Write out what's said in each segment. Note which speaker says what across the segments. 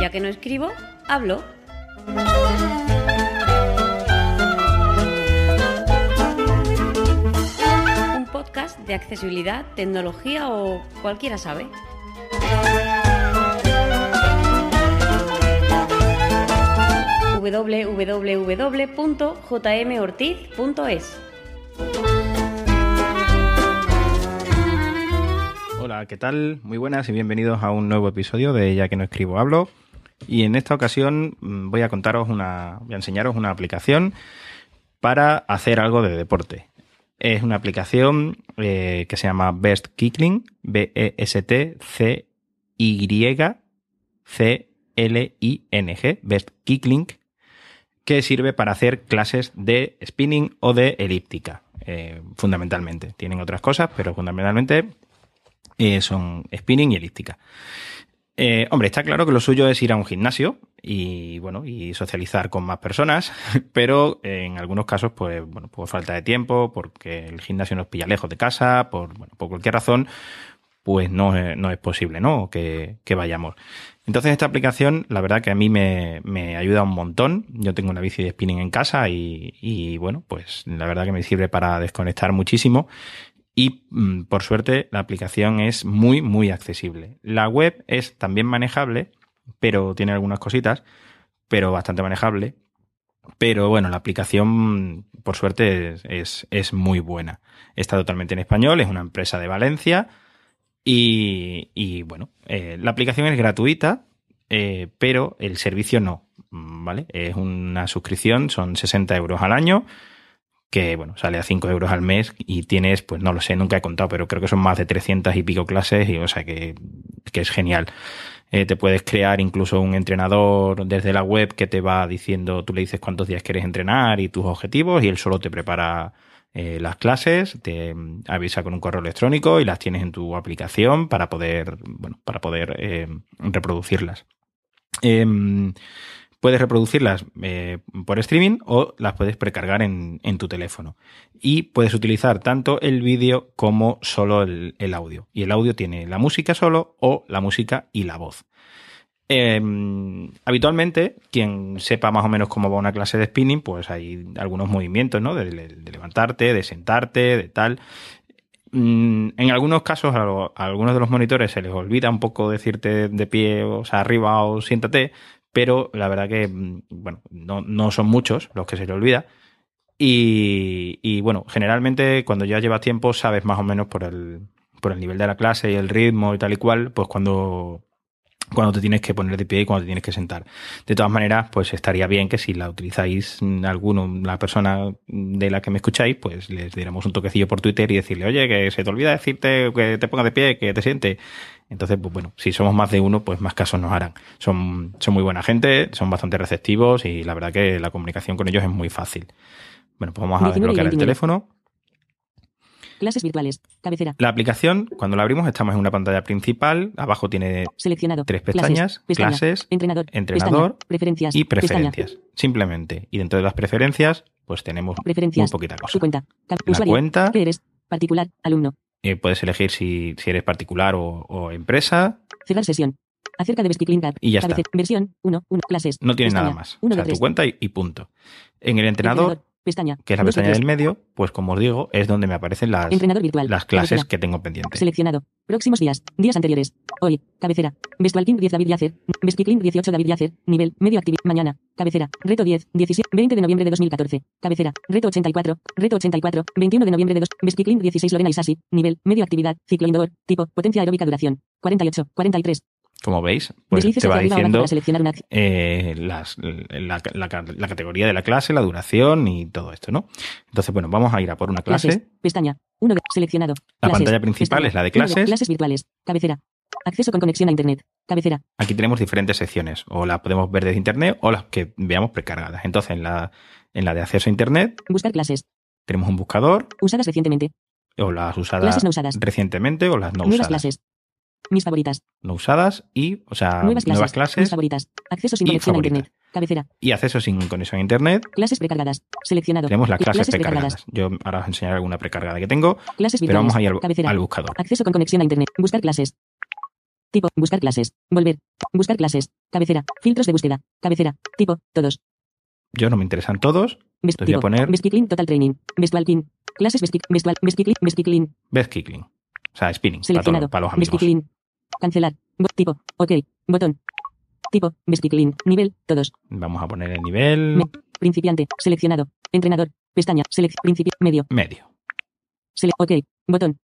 Speaker 1: ya que no escribo, hablo. Un podcast de accesibilidad, tecnología o cualquiera sabe. www.jmortiz.es
Speaker 2: Hola, ¿qué tal? Muy buenas y bienvenidos a un nuevo episodio de Ya que no escribo hablo. Y en esta ocasión mm, voy a contaros una, voy a enseñaros una aplicación para hacer algo de deporte. Es una aplicación eh, que se llama Best E Kickling, B-E-S-T-C-Y-C-L-I-N-G, Best Kickling, que sirve para hacer clases de spinning o de elíptica, eh, fundamentalmente. Tienen otras cosas, pero fundamentalmente eh, son spinning y elíptica. Eh, hombre, está claro que lo suyo es ir a un gimnasio y bueno, y socializar con más personas, pero en algunos casos, pues, bueno, por falta de tiempo, porque el gimnasio nos pilla lejos de casa, por, bueno, por cualquier razón, pues no, es- no es posible, ¿no? Que, que vayamos. Entonces, esta aplicación, la verdad que a mí me, me ayuda un montón. Yo tengo una bici de spinning en casa y, y bueno, pues la verdad que me sirve para desconectar muchísimo. Y mm, por suerte la aplicación es muy, muy accesible. La web es también manejable, pero tiene algunas cositas, pero bastante manejable. Pero bueno, la aplicación, mm, por suerte, es, es- es muy buena. Está totalmente en español, es una empresa de Valencia. Y, y, bueno, eh, la aplicación es gratuita, eh, pero el servicio no. mm, ¿Vale? Es una suscripción, son 60 euros al año que bueno, sale a 5 euros al mes y tienes, pues no lo sé, nunca he contado, pero creo que son más de 300 y pico clases y o sea que, que es genial. Eh, te puedes crear incluso un entrenador desde la web que te va diciendo, tú le dices cuántos días quieres entrenar y tus objetivos y él solo te prepara eh, las clases, te mm, avisa con un correo electrónico y las tienes en tu aplicación para poder, bueno, para poder eh, reproducirlas. Em, puedes reproducirlas eh, por streaming o las puedes precargar en, en tu teléfono. Y puedes utilizar tanto el vídeo como solo el, el audio. Y el audio tiene la música solo o la música y la voz. Eh, habitualmente, quien sepa más o menos cómo va una clase de spinning, pues hay algunos movimientos, ¿no? De, de- de levantarte, de sentarte, de tal. Mm, En algunos casos, a, lo- a algunos de los monitores se les olvida un poco decirte de pie, o sea, arriba o siéntate, pero la verdad que, mm, bueno, no, no son muchos los que se le olvida. Y, y, bueno, generalmente cuando ya llevas tiempo sabes más o menos por el, por el nivel de la clase y el ritmo y tal y cual, pues cuando, cuando te tienes que poner de pie y cuando te tienes que sentar. De todas maneras, pues estaría bien que si la utilizáis mm, alguno, la persona de la que me escucháis, pues les diéramos un toquecillo por Twitter y decirle, oye, que se te olvida decirte que te pongas de pie, que te siente. Entonces, pues bueno, si somos más de uno, pues más casos nos harán. Son, son muy buena gente, son bastante receptivos y la verdad que la comunicación con ellos es muy fácil. Bueno, pues vamos a
Speaker 3: 19 y
Speaker 2: desbloquear el
Speaker 3: 29.
Speaker 2: teléfono.
Speaker 3: Clases virtuales. Cabecera.
Speaker 2: La aplicación, cuando la abrimos, estamos en una pantalla principal. Abajo tiene
Speaker 3: Seleccionado.
Speaker 2: Tres
Speaker 3: Clases,
Speaker 2: pestañas,
Speaker 3: pestaña,
Speaker 2: clases,
Speaker 3: Entrenador.
Speaker 2: entrenador
Speaker 3: pestaña, preferencias.
Speaker 2: y
Speaker 3: pestaña,
Speaker 2: preferencias. Simplemente. Y dentro de las preferencias, pues tenemos muy
Speaker 3: preferencias.
Speaker 2: poquita cosa.
Speaker 3: Su cuenta. ca-
Speaker 2: La
Speaker 3: usuario.
Speaker 2: cuenta.
Speaker 3: ¿Qué eres? Particular. Alumno.
Speaker 2: Eh, puedes elegir si, si eres particular o, o empresa.
Speaker 3: Cerrar sesión. Acerca de Beskicling App.
Speaker 2: Y ya está.
Speaker 3: Versión 1. 1. Clases.
Speaker 2: No tiene
Speaker 3: pestaña,
Speaker 2: nada más. O
Speaker 3: uno de
Speaker 2: sea, tu
Speaker 3: tres.
Speaker 2: cuenta y, y punto. En el entrenador,
Speaker 3: Pestaña.
Speaker 2: que es la
Speaker 3: dos de
Speaker 2: pestaña
Speaker 3: tres.
Speaker 2: del medio, pues como os digo, es donde me aparecen las,
Speaker 3: Entrenador virtual.
Speaker 2: las clases
Speaker 3: Cabecera.
Speaker 2: que tengo pendientes.
Speaker 3: Seleccionado. Próximos días. Días anteriores. Hoy. Cabecera. Vestual King 10 David Yacer. Vesticling 18 David Yacer. Nivel. Medio activo. Mañana. Cabecera. Reto 10. 17. 20 de noviembre de 2014. Cabecera. Reto 84. Reto 84. 21 de noviembre de 2. Vesticling 16 Lorena Isasi. Nivel. Medio actividad. Ciclo indoor. Tipo. Potencia aeróbica duración. 48. 43.
Speaker 2: Como veis, pues
Speaker 3: Deslices
Speaker 2: te va
Speaker 3: hacia arriba o abajo
Speaker 2: diciendo
Speaker 3: para seleccionar una acción.
Speaker 2: eh, las- la, la- la categoría de la clase, la duración y todo esto, ¿no? Entonces, bueno, vamos a ir a por una clase.
Speaker 3: Clases. Pestaña. 1 seleccionado.
Speaker 2: La
Speaker 3: Clases.
Speaker 2: pantalla principal
Speaker 3: Pestaña.
Speaker 2: es la de
Speaker 3: Uno
Speaker 2: clases.
Speaker 3: Clases virtuales. Cabecera. Acceso con conexión a internet. Cabecera.
Speaker 2: Aquí tenemos diferentes secciones, o las podemos ver desde internet o las que veamos precargadas. Entonces, en la, en la de acceso a internet
Speaker 3: Buscar clases.
Speaker 2: tenemos un buscador,
Speaker 3: Usadas recientemente.
Speaker 2: o las usadas
Speaker 3: Clases no usadas.
Speaker 2: recientemente o las no
Speaker 3: Nuevas
Speaker 2: usadas.
Speaker 3: clases. Mis favoritas.
Speaker 2: No usadas y, o sea,
Speaker 3: Nuevas clases. Mis
Speaker 2: Ah, clases
Speaker 3: favoritas. Acceso sin
Speaker 2: Y
Speaker 3: conexión a
Speaker 2: favoritas.
Speaker 3: internet. Cabecera.
Speaker 2: y acceso sin conexión a internet.
Speaker 3: Clases precargadas. Seleccionado.
Speaker 2: Tenemos las
Speaker 3: Cl-
Speaker 2: clases precargadas. Yo ahora os enseñaré alguna precargada que tengo,
Speaker 3: Clases
Speaker 2: pero
Speaker 3: virtuales.
Speaker 2: vamos a ir al,
Speaker 3: Cabecera.
Speaker 2: al buscador.
Speaker 3: Acceso con conexión a internet. Buscar clases. Tipo, buscar clases. Volver. Buscar clases. Cabecera. Filtros de búsqueda. Cabecera. Tipo, todos.
Speaker 2: Yo no me interesan todos.
Speaker 3: Bes-
Speaker 2: Te voy a
Speaker 3: tipo,
Speaker 2: poner-
Speaker 3: Best Kicklin Total Training. Best Walking. Clases Best Kick- Best Wal- Best Kicklin. Best Kicklin.
Speaker 2: Beth Kickling. O sea, spinning. Para, todo-
Speaker 3: Seleccionado.
Speaker 2: para los
Speaker 3: Best
Speaker 2: amigos.
Speaker 3: Kicklin. Cancelar. Bo- tipo, ok. Botón. Tipo, Best Kicklin. Nivel, todos.
Speaker 2: Vamos a poner el nivel
Speaker 3: Me- Principiante. Seleccionado. Entrenador. Pestaña. Selec principi medio.
Speaker 2: medio.
Speaker 3: Sele ok. Botón.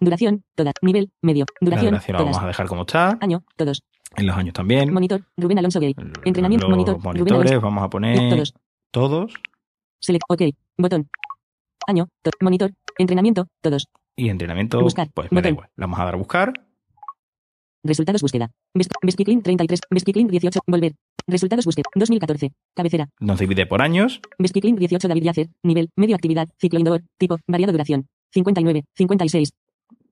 Speaker 3: Duración. Toda. Nivel. Medio.
Speaker 2: La
Speaker 3: Duración.
Speaker 2: duración la
Speaker 3: todas.
Speaker 2: vamos a dejar como está.
Speaker 3: Año. Todos.
Speaker 2: En los años también.
Speaker 3: Monitor. Rubén Alonso Gay.
Speaker 2: L-
Speaker 3: Entrenamiento.
Speaker 2: los
Speaker 3: Monitor. Rubén
Speaker 2: Monitores,
Speaker 3: Alonso.
Speaker 2: vamos a poner
Speaker 3: Todos.
Speaker 2: todos.
Speaker 3: Select. Ok. Botón. Año. to- monitor. Entrenamiento. Todos.
Speaker 2: Y entrenamiento,
Speaker 3: Buscar,
Speaker 2: pues me da
Speaker 3: botón.
Speaker 2: igual. Le vamos a dar a buscar.
Speaker 3: Resultados búsqueda. Bes- Besquiklin 33. Besquiklin 18. Volver. Resultados búsqueda. 2014. Cabecera.
Speaker 2: Nos divide por años.
Speaker 3: Besquiklin 18. David Yacer. Nivel. Medio actividad. Ciclo indoor. Tipo. Variado duración. 59. 56.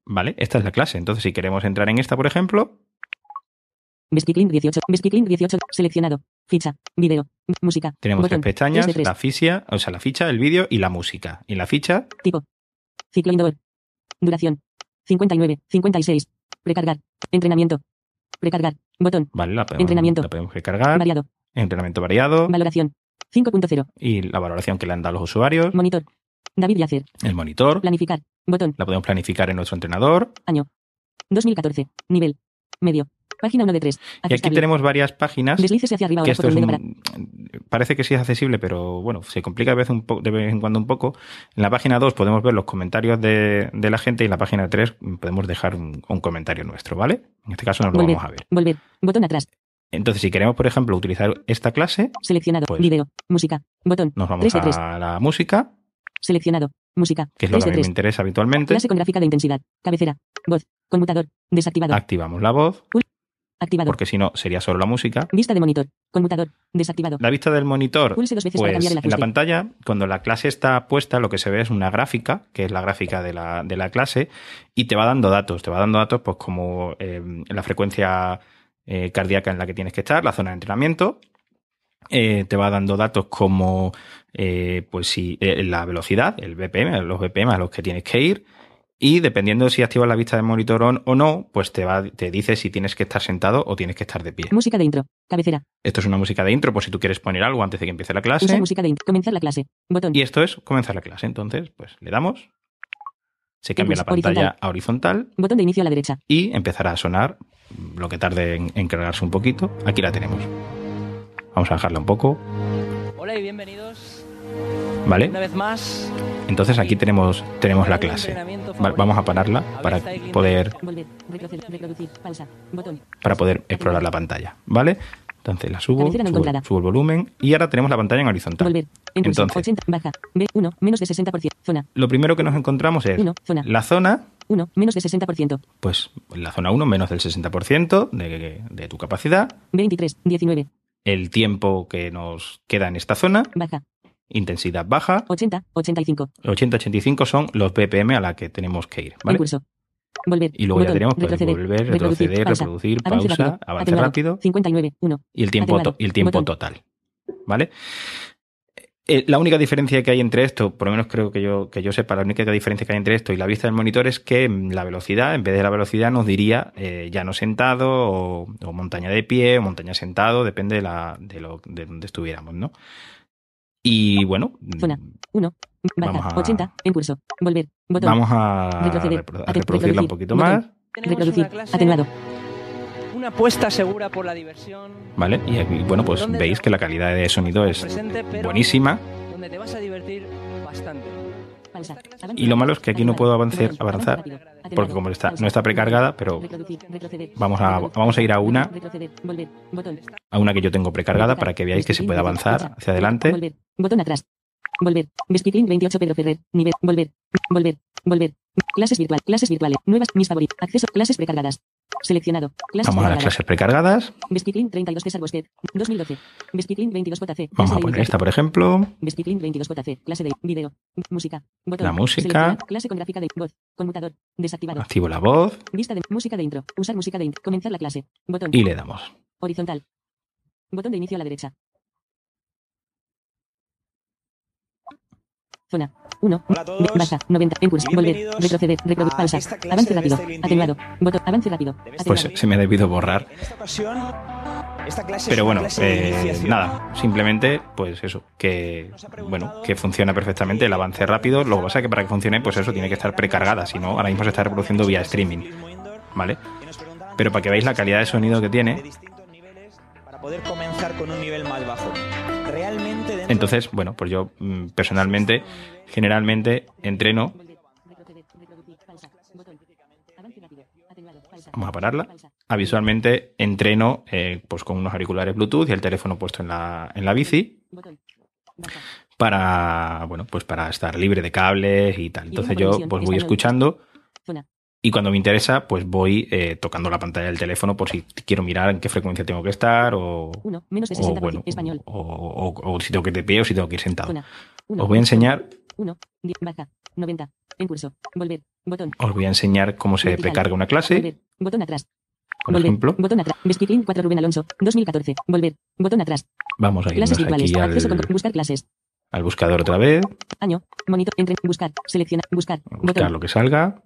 Speaker 2: Vale, esta es la clase. Entonces, si queremos entrar en esta, por ejemplo,
Speaker 3: Besquiklin 18. Besquiklin 18. Seleccionado. Ficha. Video. M- Música.
Speaker 2: tenemos
Speaker 3: Botón.
Speaker 2: tres pestañas,
Speaker 3: Tres de tres.
Speaker 2: la ficha, o sea, la ficha, el vídeo y la música. Y en la ficha,
Speaker 3: Tipo. Ciclo indoor. Duración. 59. 56. Precargar. Entrenamiento. Precargar. Botón.
Speaker 2: vale, la podemos,
Speaker 3: Entrenamiento.
Speaker 2: la podemos recargar.
Speaker 3: Variado.
Speaker 2: Entrenamiento variado
Speaker 3: Valoración. 5.0.
Speaker 2: y la valoración que le han dado los usuarios,
Speaker 3: Monitor. David Yacer.
Speaker 2: el monitor,
Speaker 3: Planificar. Botón.
Speaker 2: la podemos planificar en nuestro entrenador.
Speaker 3: 2014. Nivel. Medio. Página 1 de 3.
Speaker 2: Y aquí tenemos varias páginas
Speaker 3: Deslices hacia arriba
Speaker 2: que
Speaker 3: ahora
Speaker 2: esto
Speaker 3: con
Speaker 2: es
Speaker 3: el dedo
Speaker 2: un-
Speaker 3: para.
Speaker 2: parece que sí es accesible, pero bueno, se complica a veces un po- de vez en cuando un poco. En la página 2 podemos ver los comentarios de, de la gente y en la página 3 podemos dejar un, un comentario nuestro, ¿vale? En este caso no lo
Speaker 3: Volver.
Speaker 2: vamos a ver.
Speaker 3: Volver. Botón atrás.
Speaker 2: Entonces, si queremos, por ejemplo, utilizar esta clase,
Speaker 3: Seleccionado.
Speaker 2: Pues-
Speaker 3: Video. Música. Botón.
Speaker 2: nos vamos
Speaker 3: Tres de tres.
Speaker 2: a la música,
Speaker 3: Seleccionado. Música.
Speaker 2: que es lo
Speaker 3: 3
Speaker 2: que a
Speaker 3: de
Speaker 2: mí me
Speaker 3: 3.
Speaker 2: interesa habitualmente.
Speaker 3: Clase con gráfica de intensidad. Cabecera. Voz. Conmutador. Desactivado.
Speaker 2: Activamos la voz,
Speaker 3: Activado.
Speaker 2: porque si no sería solo la música.
Speaker 3: Vista de monitor. Conmutador. Desactivado.
Speaker 2: La vista del monitor
Speaker 3: Pulse dos veces
Speaker 2: Pues
Speaker 3: para cambiar el
Speaker 2: en la
Speaker 3: ajuste.
Speaker 2: pantalla, cuando la clase está puesta, lo que se ve es una gráfica, que es la gráfica de la, de la clase, y te va dando datos. Te va dando datos, pues, como eh, la frecuencia eh, cardíaca en la que tienes que estar, la zona de entrenamiento. Eh, te va dando datos como eh, pues si eh, la velocidad, el BPM, los BPM a los que tienes que ir. Y dependiendo si activas la vista de monitor on o no, pues te va, te dice si tienes que estar sentado o tienes que estar de pie.
Speaker 3: Música de intro. Cabecera.
Speaker 2: Esto es una música de intro, por si tú quieres poner algo antes de que empiece la clase.
Speaker 3: Usar música de intro. Comenzar la clase. Botón.
Speaker 2: Y esto es comenzar la clase. Entonces, pues le damos, se cambia la
Speaker 3: Tipos, horizontal.
Speaker 2: pantalla a horizontal
Speaker 3: Botón de inicio a la derecha.
Speaker 2: y empezará a sonar mm, lo que tarde en, en cargarse un poquito. Aquí la tenemos. Vamos a bajarla un poco,
Speaker 4: Hola y bienvenidos
Speaker 2: ¿vale?
Speaker 4: una vez más.
Speaker 2: Entonces aquí tenemos, tenemos la
Speaker 4: Al
Speaker 2: clase.
Speaker 4: entrenamiento
Speaker 2: Va-
Speaker 4: favorito.
Speaker 2: vamos a pararla para poder,
Speaker 3: Volver. Retroceder. Reproducir. Pausa. Botón.
Speaker 2: para poder explorar la pantalla, ¿vale? Entonces la subo,
Speaker 3: Cabecera no
Speaker 2: subo,
Speaker 3: encontrada.
Speaker 2: subo el volumen y ahora tenemos la pantalla en horizontal.
Speaker 3: Volver. En pulso.
Speaker 2: Entonces.
Speaker 3: 80. Baja. B1. Menos de 60%. Zona.
Speaker 2: Lo primero que nos encontramos es
Speaker 3: 1. Zona.
Speaker 2: la zona
Speaker 3: 1. Menos de 60%.
Speaker 2: pues la zona 1 menos del 60% de, de tu capacidad,
Speaker 3: 23. 19.
Speaker 2: el tiempo que nos queda en esta zona,
Speaker 3: Baja.
Speaker 2: intensidad baja,
Speaker 3: 80. 85.
Speaker 2: 80-85 son los BPM a la que tenemos que ir,
Speaker 3: En
Speaker 2: ¿vale?
Speaker 3: curso. Volver.
Speaker 2: Y luego ya
Speaker 3: Botón.
Speaker 2: tenemos pues,
Speaker 3: retroceder.
Speaker 2: volver,
Speaker 3: reproducir,
Speaker 2: retroceder,
Speaker 3: pausa,
Speaker 2: reproducir,
Speaker 3: avance
Speaker 2: pausa,
Speaker 3: rápido,
Speaker 2: avance
Speaker 3: atenuado,
Speaker 2: rápido
Speaker 3: 59. 1.
Speaker 2: y el tiempo,
Speaker 3: atenuado,
Speaker 2: to- y el tiempo
Speaker 3: botón.
Speaker 2: total, ¿vale? Eh, la única diferencia que hay entre esto, por lo menos creo que yo, que yo sepa, la única diferencia que hay entre esto y la vista del monitor es que mm, la velocidad, en vez de la velocidad, nos diría eh, llano sentado o, o montaña de pie o montaña sentado, depende de, la, de, lo, de donde estuviéramos, ¿no? Y bueno, mm,
Speaker 3: Zona. 1. Baja.
Speaker 2: Vamos a-
Speaker 3: 80. En curso. Volver. Botón.
Speaker 2: vamos a,
Speaker 3: Retroceder,
Speaker 2: repro- a
Speaker 3: aten-
Speaker 2: reproducirla un
Speaker 3: reproducir,
Speaker 2: poquito
Speaker 3: botón.
Speaker 2: más,
Speaker 4: Tenemos
Speaker 3: Reproducir.
Speaker 4: una clase,
Speaker 3: Atenuado.
Speaker 4: Una apuesta segura por la diversión.
Speaker 2: ¿vale? Y aquí, bueno, pues
Speaker 4: ¿Dónde
Speaker 2: veis
Speaker 4: te-
Speaker 2: que la calidad de sonido es
Speaker 4: presente, pero
Speaker 2: Pues, buenísima.
Speaker 4: Donde te vas a divertir bastante.
Speaker 3: Pausa.
Speaker 2: Y lo malo es que aquí no puedo avanzar-
Speaker 3: Botón.
Speaker 2: avanzar,
Speaker 3: Rápido. Atenuado.
Speaker 2: porque como está, no está
Speaker 3: Pausa.
Speaker 2: precargada, pero
Speaker 3: Reproducir, retroceder,
Speaker 2: Vamos a-
Speaker 3: reproducir,
Speaker 2: vamos a ir a una.
Speaker 3: Retroceder. Volver. Botón.
Speaker 2: a una que yo tengo precargada para que veáis que se puede avanzar hacia adelante.
Speaker 3: Volver. Botón atrás. Volver. Besquiklin 28 Pedro Ferrer. Nivel. Volver. Volver. Volver. Clases virtual. Clases virtuales. Nuevas. Mis favoritos. Acceso. Clases precargadas. Seleccionado. Clases
Speaker 2: Vamos a las
Speaker 3: precargadas.
Speaker 2: clases precargadas.
Speaker 3: Besquiklin 32 César Bosquet. 2012. Besquiklin 22 JC.
Speaker 2: Vamos a poner esta, por ejemplo.
Speaker 3: Besquiklin 22 JC. Clase de video. M- Música. Botón.
Speaker 2: La música. Ah.
Speaker 3: Seleccionar. Clase con gráfica de voz. Conmutador. Desactivado.
Speaker 2: Activo la voz
Speaker 3: Vista de música de intro. Usar música de intro. Comenzar la clase. Botón.
Speaker 2: y le damos.
Speaker 3: Horizontal. Botón de inicio a la derecha. Zona 1.
Speaker 5: Hola a todos.
Speaker 3: Baja. 90. En curso. Volver.
Speaker 5: Bienvenidos
Speaker 3: Retroceder. Reproducir.
Speaker 5: a
Speaker 3: Pausa.
Speaker 5: esta clase
Speaker 3: Avance
Speaker 5: de este
Speaker 3: rápido.
Speaker 5: Best Selling
Speaker 3: Atenuado. Voto. Avance rápido.
Speaker 5: Best
Speaker 3: Atenuado.
Speaker 2: Pues se me ha debido borrar.
Speaker 5: En esta ocasión, esta clase es
Speaker 2: Pero
Speaker 5: una
Speaker 2: bueno,
Speaker 5: clase
Speaker 2: eh,
Speaker 5: de iniciación.
Speaker 2: nada, simplemente pues eso, que bueno, que funciona perfectamente el avance rápido, lo que pasa es que para que funcione pues eso tiene que estar precargada, si no ahora mismo se está reproduciendo vía streaming, ¿vale? Pero para que veáis la calidad de sonido que tiene,
Speaker 5: distintos niveles para poder comenzar con un nivel más bajo. Realmente dentro de
Speaker 2: entonces, bueno, pues yo mm, personalmente generalmente entreno,
Speaker 3: Retroceder. Reproducir. Pausa. Botón. Avance rápido. Atenuado. Pausa.
Speaker 2: Vamos a pararla.
Speaker 3: Pausa.
Speaker 2: habitualmente Ah, entreno eh, pues con unos auriculares Bluetooth y el teléfono puesto en la, en la bici
Speaker 3: Botón. Baja.
Speaker 2: para, bueno, pues para estar libre de cables y tal. Entonces yo pues voy escuchando
Speaker 3: Zona.
Speaker 2: Y cuando me interesa, pues voy eh, tocando la pantalla del teléfono por si quiero mirar en qué frecuencia tengo que estar o,
Speaker 3: 1. Menos de
Speaker 2: o
Speaker 3: 60%.
Speaker 2: bueno,
Speaker 3: Español.
Speaker 2: o, o- o si tengo que ir de pie o si tengo que ir sentado.
Speaker 3: Zona. 1.
Speaker 2: Os voy a enseñar,
Speaker 3: 1. Baja. 90. En curso. Volver. Botón.
Speaker 2: os voy a enseñar cómo se
Speaker 3: Vertical.
Speaker 2: precarga una clase,
Speaker 3: Volver. Botón atrás.
Speaker 2: por
Speaker 3: Volver.
Speaker 2: ejemplo.
Speaker 3: Botón atrás. Vesquiclin 4 Rubén Alonso. 2014. Volver. Botón atrás.
Speaker 2: Vamos a irnos
Speaker 3: Clases virtuales.
Speaker 2: aquí al,
Speaker 3: Acceso con buscar clases.
Speaker 2: al buscador otra vez,
Speaker 3: Año. Monitor. Entre. Buscar. Seleccionar. Buscar.
Speaker 2: buscar
Speaker 3: Botón.
Speaker 2: lo que salga.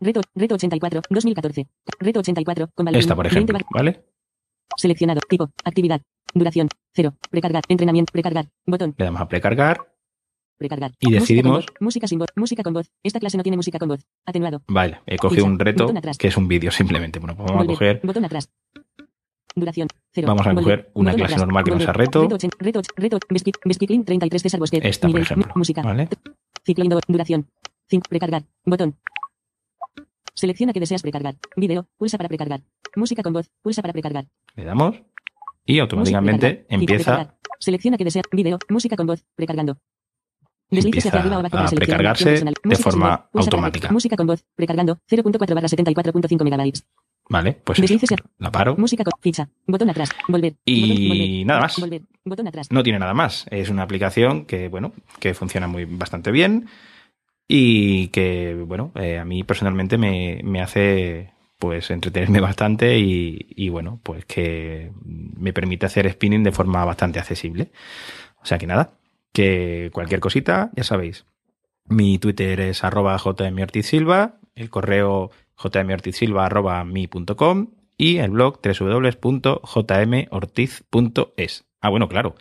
Speaker 3: Reto. Reto 84. 2014. Reto 84. Con valor
Speaker 2: Esta,
Speaker 3: uno,
Speaker 2: por ejemplo,
Speaker 3: 20 bar-
Speaker 2: ¿vale?
Speaker 3: Seleccionado. Tipo. Actividad. Duración. 0. Precargar. Entrenamiento. Precargar. Botón.
Speaker 2: Le damos a precargar.
Speaker 3: Precargar.
Speaker 2: Y decidimos-
Speaker 3: Música con voz. Música sin voz. Música con voz. Esta clase no tiene música con voz. Atenuado.
Speaker 2: Vale, he cogido
Speaker 3: Pulsa.
Speaker 2: un reto
Speaker 3: Botón atrás.
Speaker 2: que es un vídeo simplemente. Bueno, pues vamos a
Speaker 3: Volver.
Speaker 2: coger
Speaker 3: Botón atrás. Duración. Cero.
Speaker 2: Vamos a
Speaker 3: Volver.
Speaker 2: coger una
Speaker 3: Botón
Speaker 2: clase
Speaker 3: atrás.
Speaker 2: normal que no
Speaker 3: Volver.
Speaker 2: sea reto.
Speaker 3: Reto, ochen- reto, och- reto. Besqui- Besquiquín 33 César Bosquet.
Speaker 2: esta, por
Speaker 3: Nivel.
Speaker 2: ejemplo.
Speaker 3: Mu- Música.
Speaker 2: ¿Vale?
Speaker 3: Ciclo indo- Duración. Cinco. Precargar. Botón. Selecciona que deseas precargar. Video. Pulsa para precargar. Música con voz. Pulsa para precargar.
Speaker 2: Le damos y
Speaker 3: Música
Speaker 2: automáticamente
Speaker 3: precargar. Clic,
Speaker 2: empieza
Speaker 3: precargar. Selecciona que desea. Video. Música con voz. Precargando. Deslices
Speaker 2: Empieza
Speaker 3: hacia arriba o abajo para
Speaker 2: a
Speaker 3: seleccionar opción
Speaker 2: precargarse
Speaker 3: personal.
Speaker 2: de
Speaker 3: Música sin
Speaker 2: forma
Speaker 3: voz. Pulsa para-
Speaker 2: automática.
Speaker 3: Música con voz. Precargando. 0.4 barra 74.5 megabytes.
Speaker 2: Vale, pues eso,
Speaker 3: Deslices-
Speaker 2: la paro.
Speaker 3: Música con ficha. Botón atrás. Volver.
Speaker 2: Y
Speaker 3: Botón, volver,
Speaker 2: nada más.
Speaker 3: Volver. Botón atrás.
Speaker 2: No tiene nada más. Es una aplicación que, bueno, que funciona muy bastante bien y que, bueno, eh, a mí personalmente me, me hace pues entretenerme bastante y, y, bueno, pues que me permite hacer spinning de forma bastante accesible. O sea que nada, que cualquier cosita, ya sabéis. Mi Twitter es arroba jmortizsilva, el correo jmortizsilva arroba mi punto com y el blog www.jmortiz.es. Ah, bueno, claro.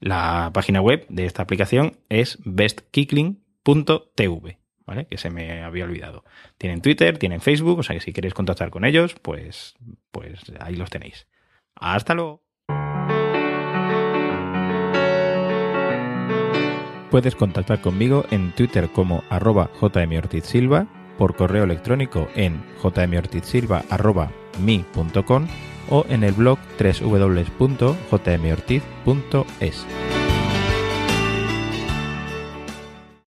Speaker 2: La página web de esta aplicación es bestkickling.tv, ¿vale? Que se me había olvidado. Tienen Twitter, tienen Facebook, o sea que si queréis contactar con ellos, pues, pues ahí los tenéis. Hasta luego. Puedes contactar conmigo en Twitter como arroba jmortizsilva, por correo electrónico en jmortizsilva.mi.com o en el blog www.jmortiz.es.